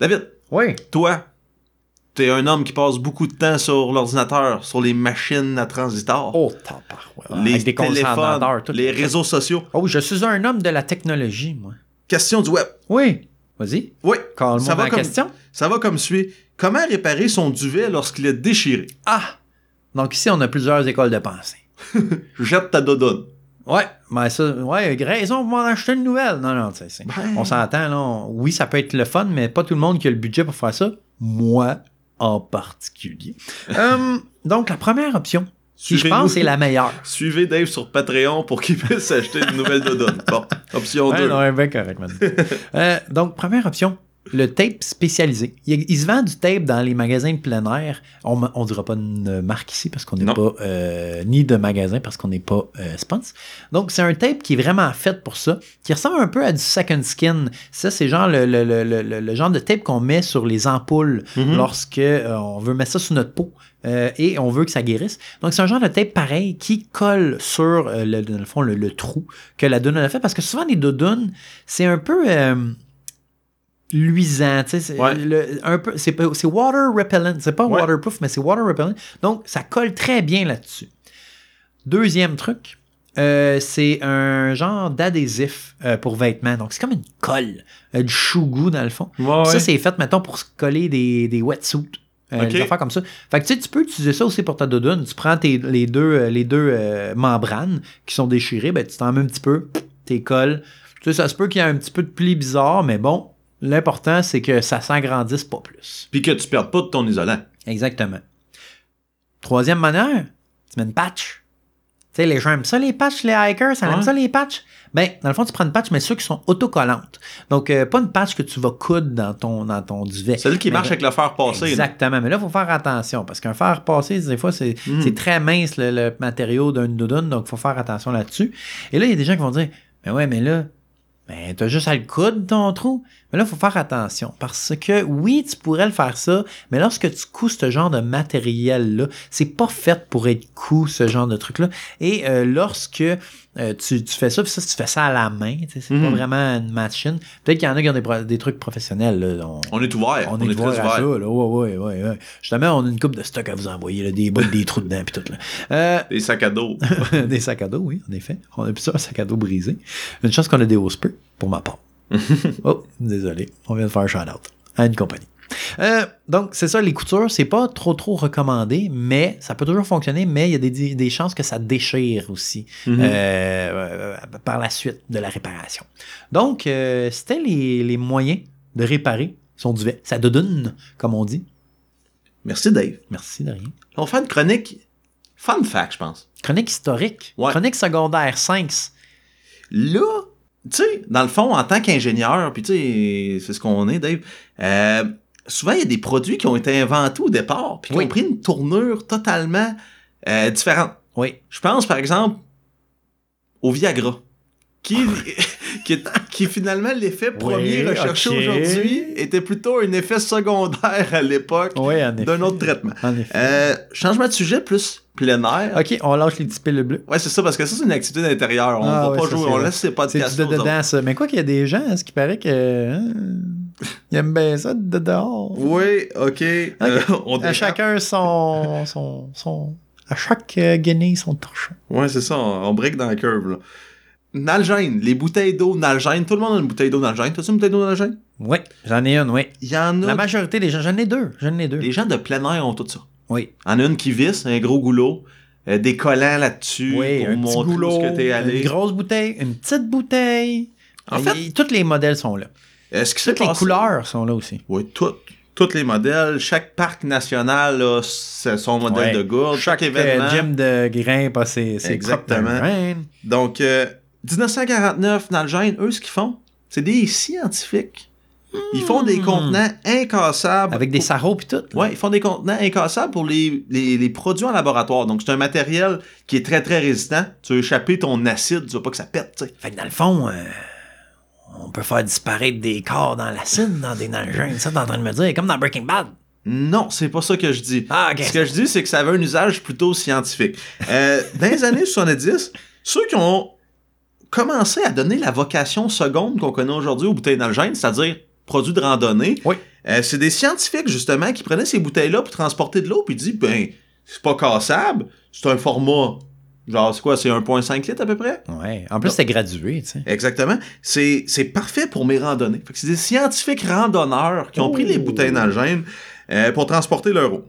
S2: David,
S1: Oui.
S2: toi, t'es un homme qui passe beaucoup de temps sur l'ordinateur, sur les machines à transistor.
S1: Oh, t'en parles.
S2: les
S1: Avec des
S2: téléphones,
S1: concentrateurs, tout.
S2: les réseaux sociaux.
S1: Oh, je suis un homme de la technologie, moi.
S2: Question du web.
S1: Oui. Vas-y.
S2: Oui, Ça
S1: Call-moi
S2: va
S1: ma
S2: comme-
S1: question.
S2: ça va comme suit. Comment réparer son duvet lorsqu'il est déchiré?
S1: Ah! Donc ici, on a plusieurs écoles de pensée.
S2: Jette ta dodonne.
S1: Ouais, mais ça, ouais, raison pour m'en acheter une nouvelle. Non, non, tu sais, c'est-
S2: Ben.
S1: on s'entend, là. on- Oui, ça peut être le fun, mais pas tout le monde qui a le budget pour faire ça. Moi, en particulier. Hum, donc, la première option, qui je
S2: Suivez-nous.
S1: pense est la meilleure.
S2: Suivez Dave sur Patreon pour qu'il puisse s'acheter une nouvelle dodonne. Bon, option
S1: Ouais,
S2: 2.
S1: non, ben correct, man. Euh, donc, première option, le tape spécialisé. Il, il se vend du tape dans les magasins de plein air. On ne dira pas une marque ici parce qu'on n'est
S2: Non.
S1: pas, euh, ni de magasin parce qu'on n'est pas euh, sponsor. Donc, c'est un tape qui est vraiment fait pour ça, qui ressemble un peu à du second skin. Ça, c'est genre le, le- le- le- le- le genre de tape qu'on met sur les ampoules
S2: Mhm.
S1: lorsque euh, on veut mettre ça sous notre peau euh, et on veut que ça guérisse. Donc, c'est un genre de tape pareil qui colle sur, euh, le, dans le fond, le, le trou que la donne a fait. Parce que souvent, les doudounes, c'est un peu euh, luisant. tu sais, C'est
S2: Ouais.
S1: le- un peu- c'est pas- c'est water repellent. C'est pas
S2: Ouais.
S1: waterproof, mais c'est water repellent. Donc, ça colle très bien là-dessus. Deuxième truc, euh, c'est un genre d'adhésif euh, pour vêtements. Donc, c'est comme une colle, euh, du chou-goût dans le fond.
S2: Ah
S1: Ça, c'est fait, mettons, pour se coller des, des wetsuits. Euh,
S2: Ok.
S1: Des affaires comme ça. Fait que tu sais, tu peux utiliser ça aussi pour ta doudoune. Tu prends tes, les deux, euh, les deux euh, membranes qui sont déchirées, ben, tu t'en mets un petit peu, t'es colles. Tu sais, ça se peut qu'il y ait un petit peu de pli bizarre, mais bon, l'important, c'est que ça s'agrandisse pas plus.
S2: Puis que tu perdes pas de ton isolant.
S1: Exactement. Troisième manière, tu mets une patch. Tu sais, les gens aiment ça, les patchs, les hikers, ça aime
S2: Ouais.
S1: ça, les patchs. Ben, dans le fond, tu prends une patch, mais ceux qui sont autocollantes. Donc, euh, pas une patch que tu vas coudre dans ton, dans ton duvet.
S2: Celle qui
S1: Mais- ben,
S2: marche avec le fer passé. là.
S1: Exactement. Mais là, il faut faire attention parce qu'un fer passé, des fois, c'est
S2: Mm.
S1: c'est très mince le, le matériau d'une doudoune, donc il faut faire attention là-dessus. Et là, il y a des gens qui vont dire Mais ouais, mais là, Ben, t'as juste à le coude, ton trou. Mais là, il faut faire attention. Parce que, oui, tu pourrais le faire ça, mais lorsque tu couds ce genre de matériel-là, c'est pas fait pour être coup, ce genre de truc-là. Et euh, lorsque euh, tu, tu fais ça, puis ça, tu fais ça à la main, tu sais, c'est pas
S2: Mhm.
S1: vraiment une machine. Peut-être qu'il y en a qui ont des, pro- des trucs professionnels. Là, on,
S2: On est ouvert. On, est, très
S1: ouvert à ça,
S2: ouvert.
S1: là. Ouais, ouais, ouais, ouais. Justement, on a une coupe de stock à vous envoyer, là, des bottes, des trous dedans, puis tout. Là. Euh,
S2: Des sacs à dos.
S1: des sacs à dos, oui, en effet. On a plusieurs sacs à dos brisés. Une chance qu'on a des hausse peu, pour ma part. oh, désolé. On vient de faire un shout-out à une compagnie. Euh, donc, c'est ça, les coutures, c'est pas trop trop recommandé, mais ça peut toujours fonctionner, mais il y a des, des chances que ça déchire aussi
S2: Mhm.
S1: euh, euh, par la suite de la réparation. Donc, euh, c'était les, les moyens de réparer son duvet. Ça donne, comme on dit.
S2: Merci, Dave.
S1: Merci de rien.
S2: On fait une chronique fun fact, je pense.
S1: Chronique historique.
S2: Ouais.
S1: Chronique secondaire 5.
S2: Là, tu sais, dans le fond, en tant qu'ingénieur, puis tu sais, c'est ce qu'on est, Dave, euh, souvent, il y a des produits qui ont été inventés au départ, puis qui
S1: Oui.
S2: ont pris une tournure totalement euh, différente.
S1: Oui.
S2: Je pense, par exemple, au Viagra, qui, qui, est- qui est finalement l'effet premier
S1: Ah Oui,
S2: recherché
S1: ok.
S2: aujourd'hui, était plutôt un effet secondaire à l'époque
S1: Oui, en effet.
S2: d'un autre traitement.
S1: En effet.
S2: Euh, changement de sujet, plus plein air.
S1: OK, on lâche les petits piles bleues.
S2: Ouais, c'est ça, parce que ça, c'est une activité d'intérieur. On
S1: Ah,
S2: va
S1: ouais,
S2: pas
S1: ça,
S2: jouer,
S1: c'est
S2: on
S1: vrai.
S2: laisse ces
S1: C'est
S2: podcasts
S1: du de
S2: aux autres.
S1: dedans, ça. Mais quoi qu'il y a des gens, hein, ce qui paraît que. hein, ils aiment bien ça de dehors.
S2: Oui, ok. Euh, on
S1: à
S2: dérape.
S1: chacun son, son, son. À chaque euh, guinée, son torchon.
S2: Ouais, c'est ça, on, on break dans la curve, là. Nalgène, les bouteilles d'eau Nalgène. Tout le monde a une bouteille d'eau Nalgène. T'as-tu une bouteille d'eau Nalgène?
S1: Oui, j'en ai une, oui.
S2: Il y en a.
S1: La majorité des gens, j'en ai deux. J'en ai deux.
S2: Les gens de plein air ont tout ça.
S1: Oui.
S2: Il y en a une qui visse, un gros goulot, euh, des collants là-dessus
S1: Oui,
S2: pour
S1: un petit
S2: montrer
S1: goulot,
S2: où est-ce que t'es allé.
S1: une grosse bouteille, une petite bouteille.
S2: En
S1: Et-
S2: fait-
S1: et tous les modèles sont là.
S2: Est-ce que c'est
S1: Toutes les couleurs sont là aussi.
S2: Oui, toutes. Tous les modèles. Chaque parc national a s- son modèle
S1: Ouais.
S2: de gourde. Chaque, événement.
S1: Euh, gym de grimpe, ah, c'est c'est propre de
S2: Exactement.
S1: grimpe.
S2: Donc, euh, 1949, Nalgène, eux, ce qu'ils font, c'est des scientifiques. Ils font des
S1: Hmm.
S2: contenants incassables.
S1: Avec des
S2: pour-
S1: sarraux puis tout.
S2: Ouais, ils font des contenants incassables pour les, les, les produits en laboratoire. Donc, c'est un matériel qui est très, très résistant. Tu veux échapper ton acide, tu veux pas que ça pète, tu sais.
S1: Fait que dans le fond, euh, on peut faire disparaître des corps dans l'acide, dans des nalgènes. Ça, t'es en train de me dire, comme dans Breaking Bad.
S2: Non, c'est pas ça que je dis.
S1: Ah, ok.
S2: Ce que je dis, c'est que ça avait un usage plutôt scientifique. Euh, dans les années 70, ceux qui ont commencé à donner la vocation seconde qu'on connaît aujourd'hui aux bouteilles d'algène, c'est-à-dire produits de randonnée,
S1: Oui.
S2: euh, c'est des scientifiques, justement, qui prenaient ces bouteilles-là pour transporter de l'eau, puis ils disent, ben, c'est pas cassable, c'est un format, genre, c'est quoi, c'est 1,5 litres à peu près?
S1: Ouais. En plus,
S2: Non.
S1: c'est gradué, tu sais.
S2: Exactement. C'est c'est parfait pour mes randonnées. Fait que c'est des scientifiques randonneurs qui ont pris
S1: Oh.
S2: les bouteilles d'algène euh, pour transporter leur eau.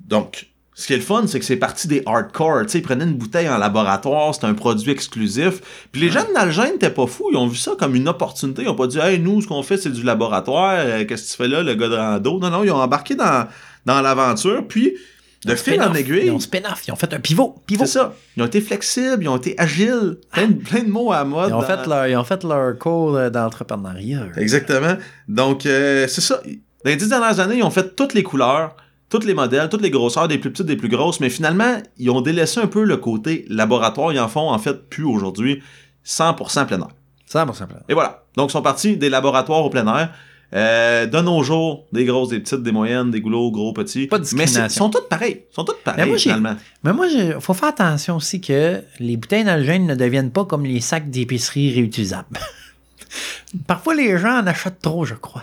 S2: Donc, ce qui est le fun, c'est que c'est parti des hardcore. Tu sais, ils prenaient une bouteille en laboratoire, c'était un produit exclusif. Puis les gens de Nalgène n'étaient pas fous, ils ont vu ça comme une opportunité. Ils ont pas dit, hey, nous, ce qu'on fait, c'est du laboratoire. Euh, Qu'est-ce que tu fais là, le gars de rando? Non, non, ils ont embarqué dans, dans l'aventure. Puis, de
S1: Ils ont
S2: fil
S1: spin-off,
S2: en aiguille,
S1: Ils ont spin-off, ils ont fait un pivot. Pivot.
S2: c'est ça. Ils ont été flexibles, ils ont été agiles. Plein de, plein de mots à la mode.
S1: Ils ont,
S2: dans-
S1: fait leur, ils ont fait leur cours euh, d'entrepreneuriat.
S2: Exactement. Donc, euh, c'est ça. Dans les dix dernières années, ils ont fait toutes les couleurs, tous les modèles, toutes les grosseurs, des plus petites, des plus grosses, mais finalement, ils ont délaissé un peu le côté laboratoire. Ils en font, en fait, plus aujourd'hui 100% plein air.
S1: Ça, pour simplement.
S2: Et voilà. Donc, ils sont partis des laboratoires au plein air. Euh, de nos jours, des grosses, des petites, des moyennes, des goulots, gros, petits.
S1: Pas de discrimination.
S2: Mais c'est- ils sont toutes pareils. Ils sont toutes pareils,
S1: moi, j'ai-
S2: finalement.
S1: Mais moi, il faut faire attention aussi que les bouteilles d'algène ne deviennent pas comme les sacs d'épicerie réutilisables. Parfois, les gens en achètent trop, je crois.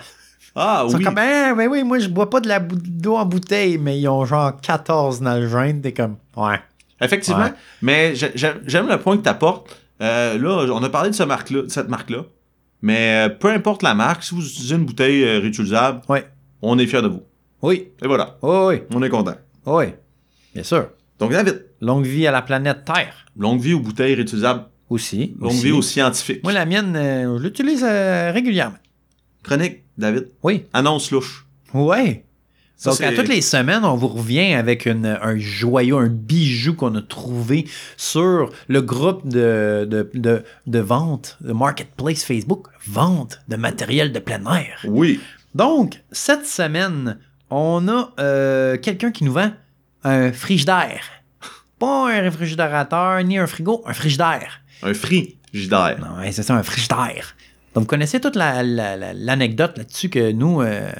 S2: Ah
S1: Ils sont
S2: oui.
S1: comme, ah, ben oui, moi, je bois pas de la bou- d'eau en bouteille, mais ils ont genre 14 nalgènes. T'es comme, ouais.
S2: Effectivement.
S1: Ouais.
S2: Mais j'ai- j'aime j'aime le point que tu apportes. là, on a parlé de, ce marque -là, de cette marque-là. Mais euh, peu importe la marque, si vous utilisez une bouteille euh, réutilisable,
S1: Ouais.
S2: on est fiers de vous.
S1: Oui,
S2: Et voilà,
S1: oui, oui,
S2: on est content.
S1: oui. Bien sûr.
S2: Donc, David,
S1: Longue vie à la planète Terre
S2: longue vie aux bouteilles réutilisables,
S1: aussi.
S2: longue
S1: aussi.
S2: vie aux scientifiques.
S1: Moi, la mienne, euh, je l'utilise euh, régulièrement.
S2: Chronique, David,
S1: Oui.
S2: annonce louche.
S1: Oui.
S2: Ça,
S1: Donc, à
S2: c'est-
S1: toutes les semaines, on vous revient avec une- un joyau, un bijou qu'on a trouvé sur le groupe de, de, de, de vente, de Marketplace Facebook, vente de matériel de plein air.
S2: Oui,
S1: Donc, cette semaine, on a euh, quelqu'un qui nous vend un frigidaire. Pas un réfrigérateur ni un frigo, un frigidaire.
S2: un frigidaire.
S1: Non, ouais, c'est ça, un frigidaire. Donc, vous connaissez toute l'anecdote la, la- l'anecdote là-dessus que nous, euh,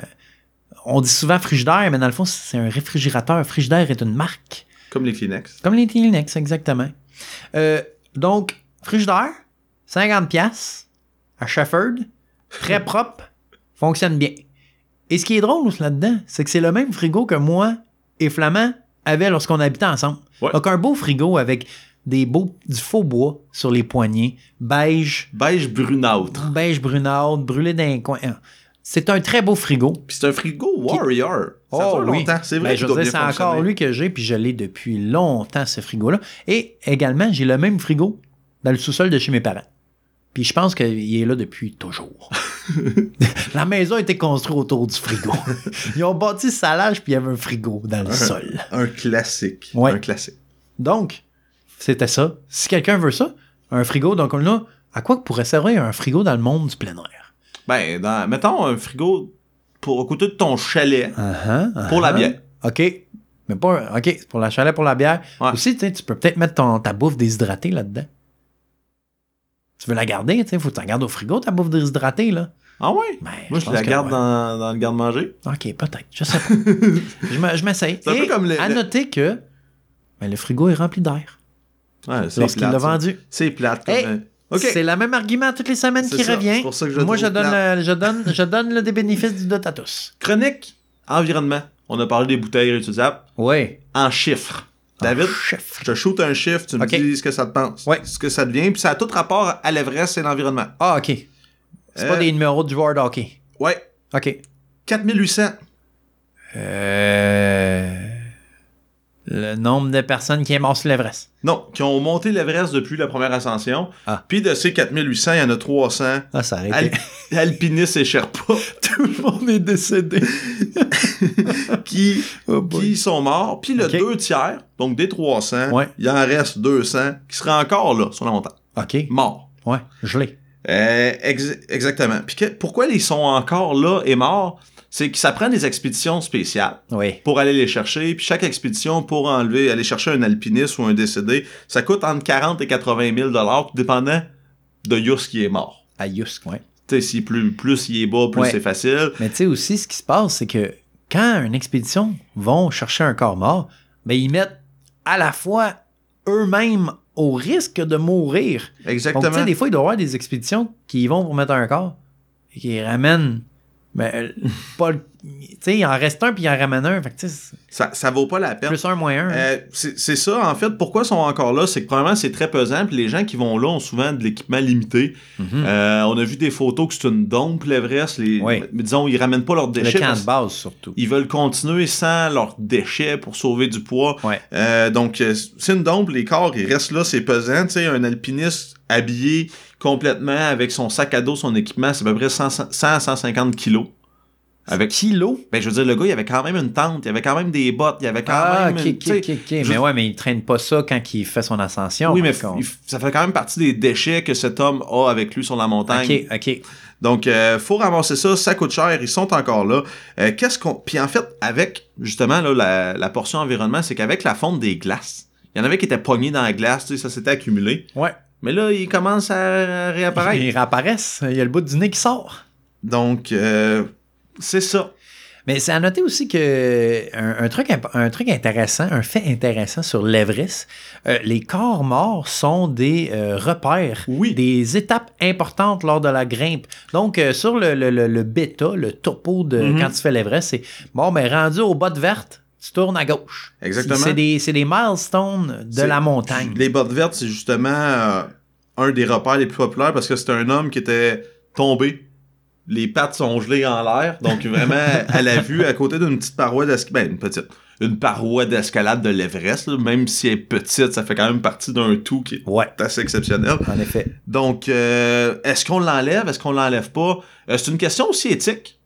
S1: on dit souvent frigidaire, mais dans le fond, c'est un réfrigérateur. Frigidaire est une marque.
S2: Comme les Kleenex.
S1: Comme les Kleenex, exactement. Euh, donc, frigidaire, 50 pièces à Shefford, très propre, fonctionne bien. Et ce qui est drôle aussi là-dedans, c'est que c'est le même frigo que moi et Flamand avaient lorsqu'on habitait ensemble.
S2: Ouais.
S1: Donc, un beau frigo avec des beaux, du faux bois sur les poignets, beige,
S2: Beige brunâtre.
S1: beige brunâtre, brûlé d'un coin. Euh, C'est un très beau frigo.
S2: Puis c'est un frigo Warrior. Ça
S1: Oh,
S2: dure
S1: oui.
S2: longtemps, c'est vrai.
S1: Ben,
S2: qu'il
S1: je veux
S2: doit
S1: dire, c'est
S2: bien
S1: encore
S2: fonctionner.
S1: lui que j'ai, puis je l'ai depuis longtemps, ce frigo-là. Et également, j'ai le même frigo dans le sous-sol de chez mes parents. Puis je pense qu'il est là depuis toujours. La maison a été construite autour du frigo. Ils ont bâti le salage, puis il y avait un frigo dans
S2: Ah.
S1: le sol.
S2: Un classique.
S1: Ouais.
S2: Un classique.
S1: Donc, c'était ça. Si quelqu'un veut ça, un frigo, donc on l'a. À quoi pourrait servir un frigo dans le monde du plein air?
S2: Ben, dans- mettons un frigo pour, au côté de ton chalet
S1: Uh-huh, uh-huh.
S2: pour la bière.
S1: OK. Mais pas. OK, c'est pour la chalet, pour la bière.
S2: Ouais.
S1: Aussi, tu sais, tu peux peut-être mettre ton, ta bouffe déshydratée là-dedans. Tu veux la garder, tu sais, faut que tu la gardes au frigo, ta bouffe déshydratée, là.
S2: Ah ouais?
S1: Ben,
S2: Moi, je
S1: pense
S2: la
S1: que
S2: garde
S1: ouais.
S2: dans, dans le garde-manger.
S1: OK, peut-être. Je sais pas. je me- je m'essaye.
S2: C'est un peu
S1: Et
S2: comme le-
S1: À
S2: le-
S1: noter que ben, le frigo est rempli d'air
S2: Ouais, c'est
S1: lorsqu'il l'a
S2: plate. ça.
S1: vendu.
S2: C'est plate. Comme,
S1: Hey!
S2: euh, OK.
S1: C'est le même argument toutes les semaines
S2: C'est
S1: qui
S2: ça,
S1: revient.
S2: c'est pour ça que je
S1: Moi,
S2: trouve
S1: je donne,
S2: plate.
S1: le- je donne, je donne le- des bénéfices du dot à tous.
S2: Chronique, environnement. On a parlé des bouteilles réutilisables.
S1: Oui.
S2: En chiffres. David,
S1: chef.
S2: je te shoot un chiffre, tu me
S1: OK.
S2: dis ce que ça te pense.
S1: Ouais.
S2: Ce que ça devient. Puis ça a tout rapport à l'Everest et l'environnement.
S1: Ah, OK. C'est pas
S2: Euh,
S1: des numéros de joueurs de hockey.
S2: Ouais.
S1: OK.
S2: 4800.
S1: Euh, le nombre de personnes qui aiment sur l'Everest.
S2: Non, qui ont monté l'Everest depuis la première ascension.
S1: Ah.
S2: Puis de ces 4800, il y en a 300.
S1: Ah, ça a
S2: Al- alpinistes et Sherpa
S1: Tout le monde est décédé.
S2: qui,
S1: Oh boy.
S2: qui sont morts. Puis le
S1: Ok.
S2: deux tiers, donc des 300,
S1: Ouais.
S2: il en reste 200 qui seraient encore là sur la montagne.
S1: OK.
S2: Morts.
S1: Ouais, je l'ai.
S2: Euh, ex- exactement. Puis que- pourquoi ils sont encore là et morts? C'est que ça prend des expéditions spéciales
S1: Oui.
S2: pour aller les chercher. Puis chaque expédition pour enlever, aller chercher un alpiniste ou un décédé, ça coûte entre 40 et 80 000 dollars, dépendant de Yus qui est mort.
S1: À Yusk, ouais.
S2: Tu sais, si plus, plus il est bas, plus
S1: Ouais.
S2: c'est facile.
S1: Mais tu sais aussi, ce qui se passe, c'est que quand une expédition vont chercher un corps mort, ben, ils mettent à la fois eux-mêmes au risque de mourir. Donc, tu
S2: Exactement.
S1: sais, des fois, il doit y avoir des expéditions qui y vont pour mettre un corps et qui ramènent. Ben, euh, pas le- Tu sais, il en reste un puis il en ramène un. Fait que, tu sais, c'est
S2: Ça, ça vaut pas la peine.
S1: plus un, moins un. hein.
S2: Euh, c'est c'est ça, en fait. Pourquoi ils sont encore là? C'est que premièrement, c'est très pesant. Puis les gens qui vont là ont souvent de l'équipement limité.
S1: Mhm.
S2: Euh, on a vu des photos que c'est une dompe, l'Everest. Les,
S1: Oui.
S2: Mais disons, ils ramènent pas leurs
S1: Le
S2: déchets.
S1: camp
S2: parce
S1: de base, surtout.
S2: Ils veulent continuer sans leurs déchets pour sauver du poids.
S1: Ouais.
S2: Euh, donc, euh, c'est une dompe, les corps, ils restent là, c'est pesant. Tu sais, un alpiniste habillé complètement avec son sac à dos, son équipement, c'est à peu près 100, 100 150 kilos. Avec
S1: Kilo?
S2: Ben, je veux dire, le gars, il avait quand même une tente, il avait quand même des bottes, il avait quand
S1: Ah,
S2: même.
S1: ok,
S2: une-
S1: ok,
S2: tu sais,
S1: ok, ok. Mais
S2: je-
S1: ouais, mais il traîne pas ça quand il fait son ascension.
S2: Oui, mais
S1: parce qu'on-
S2: il f- ça fait quand même partie des déchets que cet homme a avec lui sur la montagne.
S1: Ok, ok.
S2: Donc, euh, faut ramasser ça, ça coûte cher, ils sont encore là. Euh, Qu'est-ce qu'on. Puis en fait, avec justement là, la, la portion environnement, c'est qu'avec la fonte des glaces, il y en avait qui étaient pognés dans la glace, tu sais, ça s'était accumulé.
S1: Ouais.
S2: Mais là, ils commencent à réapparaître.
S1: Ils réapparaissent. Il y a le bout du nez qui sort.
S2: Donc, euh, c'est ça.
S1: Mais c'est à noter aussi que un, un truc, imp- un truc intéressant, un fait intéressant sur l'Everest, euh, les corps morts sont des euh, repères,
S2: Oui.
S1: des étapes importantes lors de la grimpe. Donc, euh, sur le, le, le- le bêta, le topo de
S2: Mhm.
S1: quand tu fais l'Everest, c'est bon, mais rendu aux bottes vertes, tu tournes à gauche.
S2: Exactement.
S1: C'est des, c'est des milestones de
S2: C'est-
S1: la montagne.
S2: Les bottes vertes, c'est justement euh, un des repères les plus populaires parce que c'est un homme qui était tombé. Les pattes sont gelées en l'air, donc vraiment à la vue, à côté d'une petite paroi d'escalade. Ben, une petite. Une paroi d'escalade de l'Everest, là, même si elle est petite, ça fait quand même partie d'un tout qui est
S1: Ouais,
S2: assez exceptionnel.
S1: en effet.
S2: Donc, euh, est-ce qu'on l'enlève? Est-ce qu'on l'enlève pas? Euh, c'est une question aussi éthique.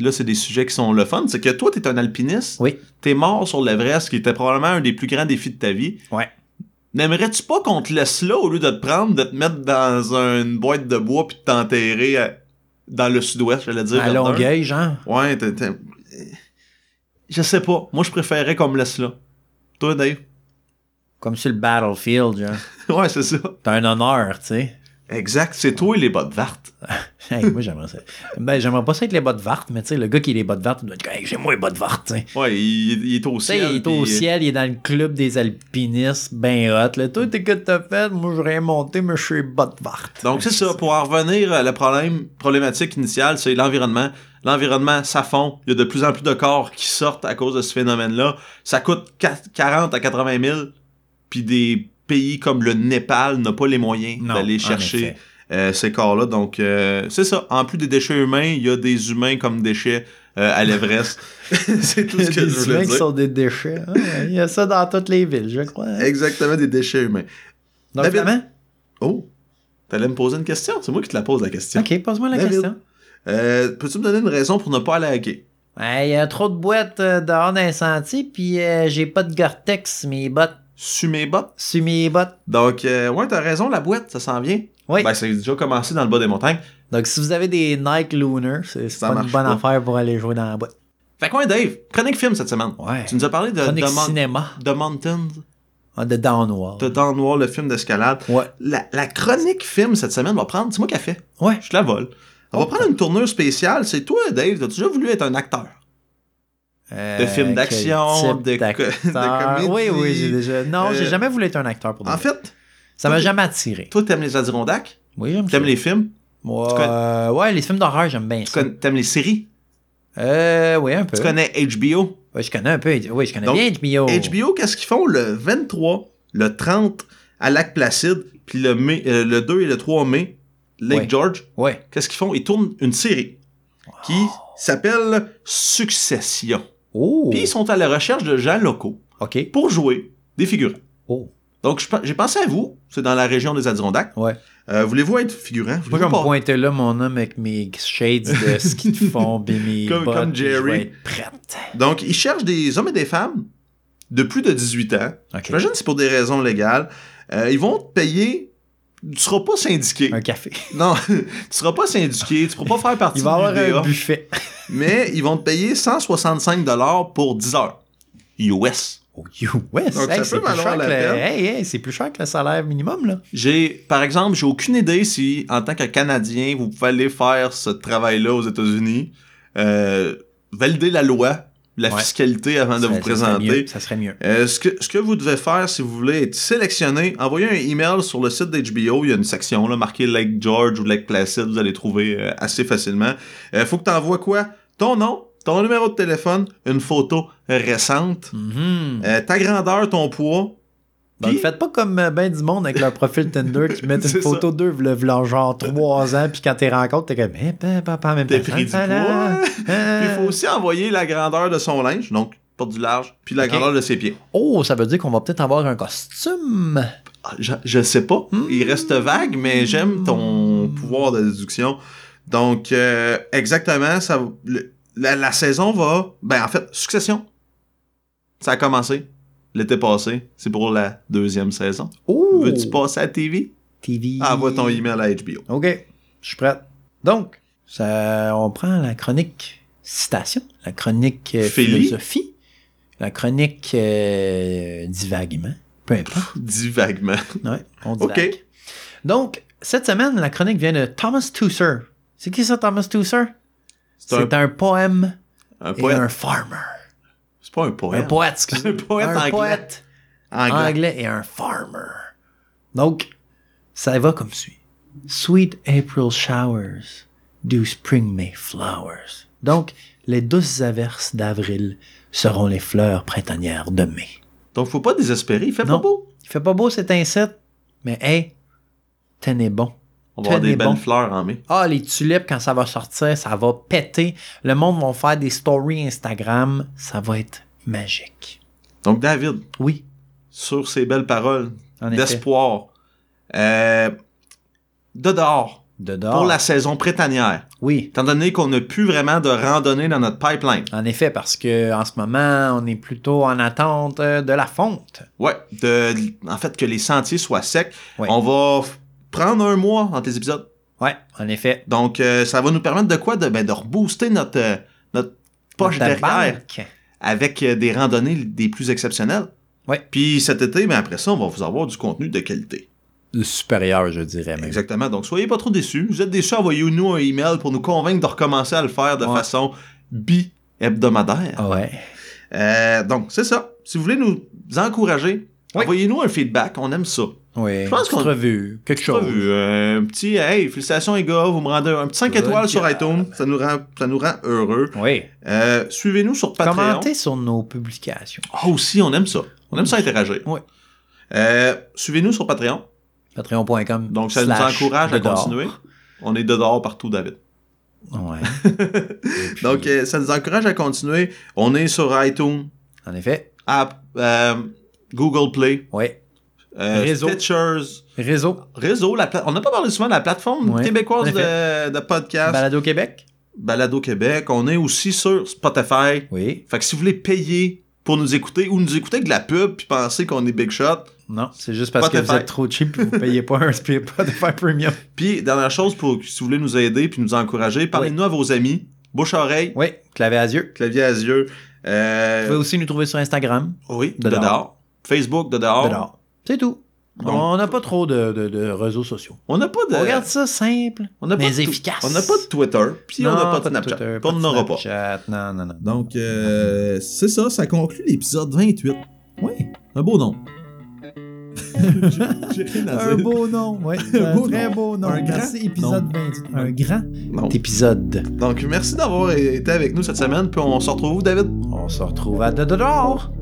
S2: Là, c'est des sujets qui sont le fun. C'est que toi, t'es un alpiniste.
S1: Oui.
S2: T'es mort sur l'Everest, qui était probablement un des plus grands défis de ta vie.
S1: Ouais.
S2: N'aimerais-tu pas qu'on te laisse là au lieu de te prendre, de te mettre dans une boîte de bois puis de t'enterrer à- dans le sud-ouest, j'allais dire.
S1: À
S2: vers Dun?
S1: Longueuil, genre.
S2: Ouais, t'es- t'es- Je sais pas. Moi, je préférais qu'on me laisse là. Toi, Dave.
S1: Comme sur le battlefield, genre.
S2: ouais, c'est ça.
S1: T'as un honneur, tu sais.
S2: Exact, c'est toi et les bottes vertes.
S1: Hey, moi, j'aimerais ça. Ben, j'aimerais pas ça avec les bottes vertes, mais tu sais, le gars qui a les bottes vertes, il doit dire, hey, j'ai moi les bottes vertes, tu sais.
S2: Ouais, il, il est au
S1: Tu sais,
S2: ciel.
S1: il est au
S2: puis- euh,
S1: ciel, il est dans le club des alpinistes, ben hot. Là. Toi, t'es que t'as fait, moi, je rien monté, mais je suis botte verte.
S2: Donc c'est ça, pour en revenir à la problème, problématique initiale, c'est l'environnement. L'environnement, ça fond. Il y a de plus en plus de corps qui sortent à cause de ce phénomène-là. Ça coûte qua- 40 à 80 000. Puis des pays comme le Népal n'ont pas les moyens
S1: Non,
S2: d'aller
S1: en
S2: chercher
S1: effet.
S2: euh, ces corps-là. Donc euh, c'est ça. En plus des déchets humains, il y a des humains comme déchets euh, à l'Everest. c'est tout ce que je
S1: Des humains
S2: voulais
S1: qui
S2: dire.
S1: sont des déchets. Ah, ouais, il y a ça dans toutes les villes, je crois. hein.
S2: Exactement, des déchets humains.
S1: Donc,
S2: David-
S1: vraiment?
S2: Oh, t'allais me poser une question? C'est moi qui te la pose la question.
S1: Ok, pose-moi la
S2: David.
S1: question.
S2: Euh, Peux-tu me donner une raison pour ne pas aller à hockey?
S1: Ouais, Il y a trop de boîtes euh, dehors d'un sentier, puis euh, j'ai pas de Gore-Tex, mes bottes,
S2: Su mes bottes.
S1: sur mes bottes.
S2: Donc, euh, ouais, t'as raison, la boîte, ça s'en vient.
S1: Oui.
S2: Ben, c'est déjà commencé dans le bas des montagnes.
S1: Donc, si vous avez des Nike Lunar, c'est c'est
S2: Ça
S1: pas une
S2: marche
S1: bonne
S2: pas.
S1: affaire pour aller jouer dans la boîte.
S2: Fait quoi, Dave? Chronique film cette semaine.
S1: Ouais.
S2: Tu nous as parlé de
S1: Chronique
S2: The, Mon-
S1: cinéma
S2: The Mountains,
S1: Ah, de Downward.
S2: de Dan Wall, le film d'escalade.
S1: Ouais.
S2: La, la chronique film cette semaine va prendre. C'est moi qui a fait.
S1: Ouais.
S2: Je te la vole. On va
S1: Oh.
S2: prendre une tournure spéciale. C'est toi, Dave, t'as déjà voulu être un acteur.
S1: Euh,
S2: De films
S1: quel
S2: d'action,
S1: type
S2: de co-
S1: d'acteur?
S2: de comédie.
S1: Oui, oui, j'ai déjà. Non, j'ai
S2: Euh,
S1: jamais voulu être un acteur pour de
S2: En
S1: vrai.
S2: fait,
S1: Ça m'a
S2: toi,
S1: jamais attiré.
S2: toi, t'aimes les Adirondacks,
S1: Oui, j'aime ça.
S2: t'aimes les films,
S1: Moi,
S2: tu connais-
S1: euh, ouais, les films d'horreur, j'aime bien
S2: tu
S1: ça.
S2: connais- t'aimes les séries,
S1: Euh, oui, un peu.
S2: tu connais HBO.
S1: Ouais, je connais un peu. Oui, je connais
S2: Donc,
S1: bien HBO.
S2: HBO, qu'est-ce qu'ils font le 23, le 30 à Lac Placide, puis le, mai- euh, le 2 et le 3 mai, Lake
S1: Ouais.
S2: George,
S1: Ouais.
S2: qu'est-ce qu'ils font? Ils tournent une série qui s'appelle Succession.
S1: Oh.
S2: Puis ils sont à la recherche de gens locaux
S1: OK.
S2: pour jouer des figurants.
S1: Oh.
S2: Donc je pe- j'ai pensé à vous, c'est dans la région des Adirondacks.
S1: Ouais.
S2: Euh, Voulez-vous être figurant?
S1: Moi, je vais
S2: Voulez-vous
S1: me
S2: pas-
S1: pointer là, mon homme, avec mes shades de ski de fond, puis mes
S2: Comme-
S1: bottes,
S2: comme
S1: puis je vais
S2: Jerry.
S1: être prête.
S2: Donc ils cherchent des hommes et des femmes de plus de 18 ans.
S1: OK.
S2: J'imagine que c'est pour des raisons légales. Euh, ils vont te payer... Tu seras pas syndiqué.
S1: Un café.
S2: Non, tu seras pas syndiqué, tu pourras pas faire partie
S1: Il va y avoir
S2: de l'UDA,
S1: un buffet.
S2: mais ils vont te payer 165 dollars pour 10 heures. US.
S1: Oh, you. Ouais,
S2: Donc, ça
S1: hey,
S2: peut
S1: c'est plus,
S2: valoir
S1: cher
S2: la
S1: que le-
S2: peine.
S1: hey, hey, c'est plus cher que le salaire minimum, là.
S2: J'ai, par exemple, j'ai aucune idée si, en tant que Canadien, vous pouvez aller faire ce travail-là aux États-Unis, euh, valider la loi, la
S1: Ouais.
S2: fiscalité avant de
S1: Ça-
S2: vous
S1: ça serait
S2: présenter.
S1: mieux, Ça serait mieux.
S2: Euh, ce, que, ce que vous devez faire si vous voulez être sélectionné, envoyez un email sur le site d'HBO. Il y a une section là, marquée Lake George ou Lake Placid. Vous allez trouver euh, assez facilement. Euh, faut que tu envoies quoi Ton nom, ton numéro de téléphone, une photo récente,
S1: Mhm.
S2: euh, ta grandeur, ton poids.
S1: Donc,
S2: Puis-
S1: faites pas comme euh, ben du monde avec leur profil Tinder qui mettent
S2: C'est
S1: une photo d'eux, v'là, v'là genre 3 ans, puis quand t'es rencontres, t'es comme, eh, ben, papa, même
S2: T'es
S1: personne,
S2: pris du
S1: ça, là,
S2: poids.
S1: hein.
S2: Il faut aussi envoyer la grandeur de son linge, donc porte du large, puis la
S1: Ok.
S2: grandeur de ses pieds.
S1: Oh, ça veut dire qu'on va peut-être avoir un costume.
S2: Ah, Je, je sais pas.
S1: Hmm.
S2: Il reste vague, mais j'aime ton pouvoir de déduction. Donc, euh, exactement, ça, le- la, la saison va. Ben, en fait, succession. Ça a commencé l'été passé. C'est pour la deuxième saison.
S1: Oh!
S2: Veux-tu passer à la TV?
S1: TV.
S2: Envoie ton email à HBO.
S1: OK, je suis prête. Donc, ça, on prend la chronique citation, la chronique euh,
S2: Philly.
S1: philosophie, la chronique euh, divaguement, peu importe.
S2: Dis vaguement.
S1: Ouais, on dit
S2: OK.
S1: vague. Donc, cette semaine, la chronique vient de Thomas Tusser. C'est qui ça, Thomas Tusser? C'est
S2: C'est un,
S1: un, poème
S2: un
S1: et
S2: poète.
S1: un farmer.
S2: C'est pas un
S1: Un
S2: poète.
S1: poète, excusez.
S2: Un poète
S1: un
S2: anglais.
S1: poète
S2: Anglais.
S1: anglais et un farmer. Donc, ça va comme suit. Sweet April showers do spring May flowers. Donc, les douces averses d'avril seront les fleurs printanières de mai.
S2: Donc, faut pas désespérer. Il fait
S1: Non.
S2: pas beau.
S1: Il fait pas beau cet insecte, mais hey, tenez bon.
S2: On va avoir
S1: Tenez
S2: des belles
S1: bon.
S2: fleurs en mai.
S1: Ah, les tulipes, quand ça va sortir, ça va péter. Le monde va faire des stories Instagram. Ça va être magique.
S2: Donc, David,
S1: Oui,
S2: sur ces belles paroles,
S1: en effet.
S2: d'espoir. Euh, de dehors,
S1: De dehors.
S2: pour la saison prétanière,
S1: Oui,
S2: étant donné qu'on n'a plus vraiment de randonnée dans notre pipeline.
S1: en effet, parce que en ce moment, on est plutôt en attente euh, de la fonte.
S2: Ouais, de, en fait, que les sentiers soient secs,
S1: Ouais.
S2: on va f- prendre un mois entre les épisodes.
S1: Ouais, en effet.
S2: Donc, euh, ça va nous permettre de quoi? De, ben, de rebooster notre, euh, notre poche
S1: Notre
S2: derrière
S1: banque.
S2: avec euh, des randonnées des plus exceptionnelles.
S1: Ouais.
S2: ben, Puis cet été, mais après ça, on va vous avoir du contenu de qualité.
S1: supérieur, je dirais. Même.
S2: Exactement. Donc, soyez pas trop déçus. Vous êtes déçus, envoyez-nous un email pour nous convaincre de recommencer à le faire de
S1: Ouais.
S2: façon bi-hebdomadaire.
S1: Ouais.
S2: Euh, donc, c'est ça. Si vous voulez nous encourager,
S1: Oui.
S2: envoyez-nous un feedback. On aime ça.
S1: Ouais.
S2: Je pense
S1: Petite
S2: qu'on-
S1: revue, quelque chose.
S2: Pas vu, euh, un petit Hey, félicitations les gars, vous me rendez un petit 5
S1: Bonne
S2: étoiles sur
S1: job.
S2: iTunes. Ça nous rend, ça nous rend heureux.
S1: Oui.
S2: Euh, Suivez-nous sur Patreon.
S1: Commentez sur nos publications.
S2: Ah, aussi, on aime ça. On aime ça interagir.
S1: Ouais.
S2: Euh, Suivez-nous sur Patreon.
S1: Patreon.com.
S2: Donc, ça nous
S1: slash
S2: encourage à
S1: de dehors.
S2: continuer. On est de dehors partout, David.
S1: Ouais. Et puis,
S2: Donc, euh, ça nous encourage à continuer. On est sur iTunes,
S1: En effet,
S2: App, euh, Google Play,
S1: ouais.
S2: euh,
S1: Réseau.
S2: Stitchers,
S1: Réseau
S2: Réseau. La pla- On n'a pas parlé souvent de la plateforme
S1: Ouais,
S2: québécoise
S1: en
S2: de, de podcast,
S1: Balado Québec.
S2: Balado Québec. On est aussi sur Spotify.
S1: Oui.
S2: Fait que si vous voulez payer pour nous écouter ou nous écouter avec de la pub puis penser qu'on est Big Shot,
S1: Non, c'est juste parce que
S2: Spotify.
S1: vous êtes trop cheap et vous payez pas un pas de faire premium.
S2: Puis, dernière chose, pour, si vous voulez nous aider puis nous encourager, parlez-nous à vos amis. Bouche-oreille,
S1: Oui, clavier à yeux.
S2: clavier à yeux. euh,
S1: Vous pouvez aussi nous trouver sur Instagram.
S2: oui, de,
S1: de
S2: dehors.
S1: dehors.
S2: Facebook, de dehors.
S1: de l'or. C'est tout.
S2: Bon.
S1: On n'a pas trop de, de- de réseaux sociaux.
S2: On n'a pas de.
S1: On regarde ça simple.
S2: on n'a pas
S1: Euh. mais
S2: de tw-
S1: efficace.
S2: On n'a pas de Twitter, puis on
S1: Non,
S2: n'a pas de
S1: pas de
S2: Snapchat.
S1: Twitter,
S2: puis on
S1: de
S2: n'en aura pas.
S1: Snapchat, Non, non, non.
S2: Donc, euh, c'est ça, ça conclut l'épisode 28. Oui, un beau nom. J'ai rien à
S1: Un
S2: dire.
S1: beau nom, oui.
S2: Un
S1: Un
S2: beau
S1: très
S2: nom.
S1: beau nom.
S2: Un grand
S1: Merci, épisode 28. Un grand
S2: Non.
S1: épisode.
S2: Donc, merci d'avoir été avec nous cette semaine, puis on se retrouve, David.
S1: On se retrouve à de de l'or.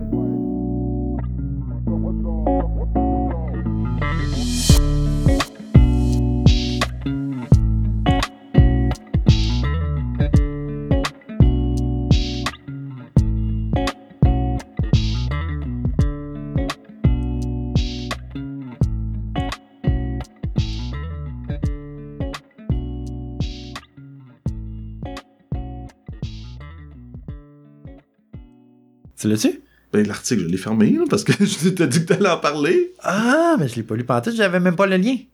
S1: Tu l'as-tu?
S2: Ben, l'article, je l'ai fermé, là, parce que je t'ai dit que t'allais en parler.
S1: Ah, mais je l'ai pas lu pantoute, j'avais même pas le lien.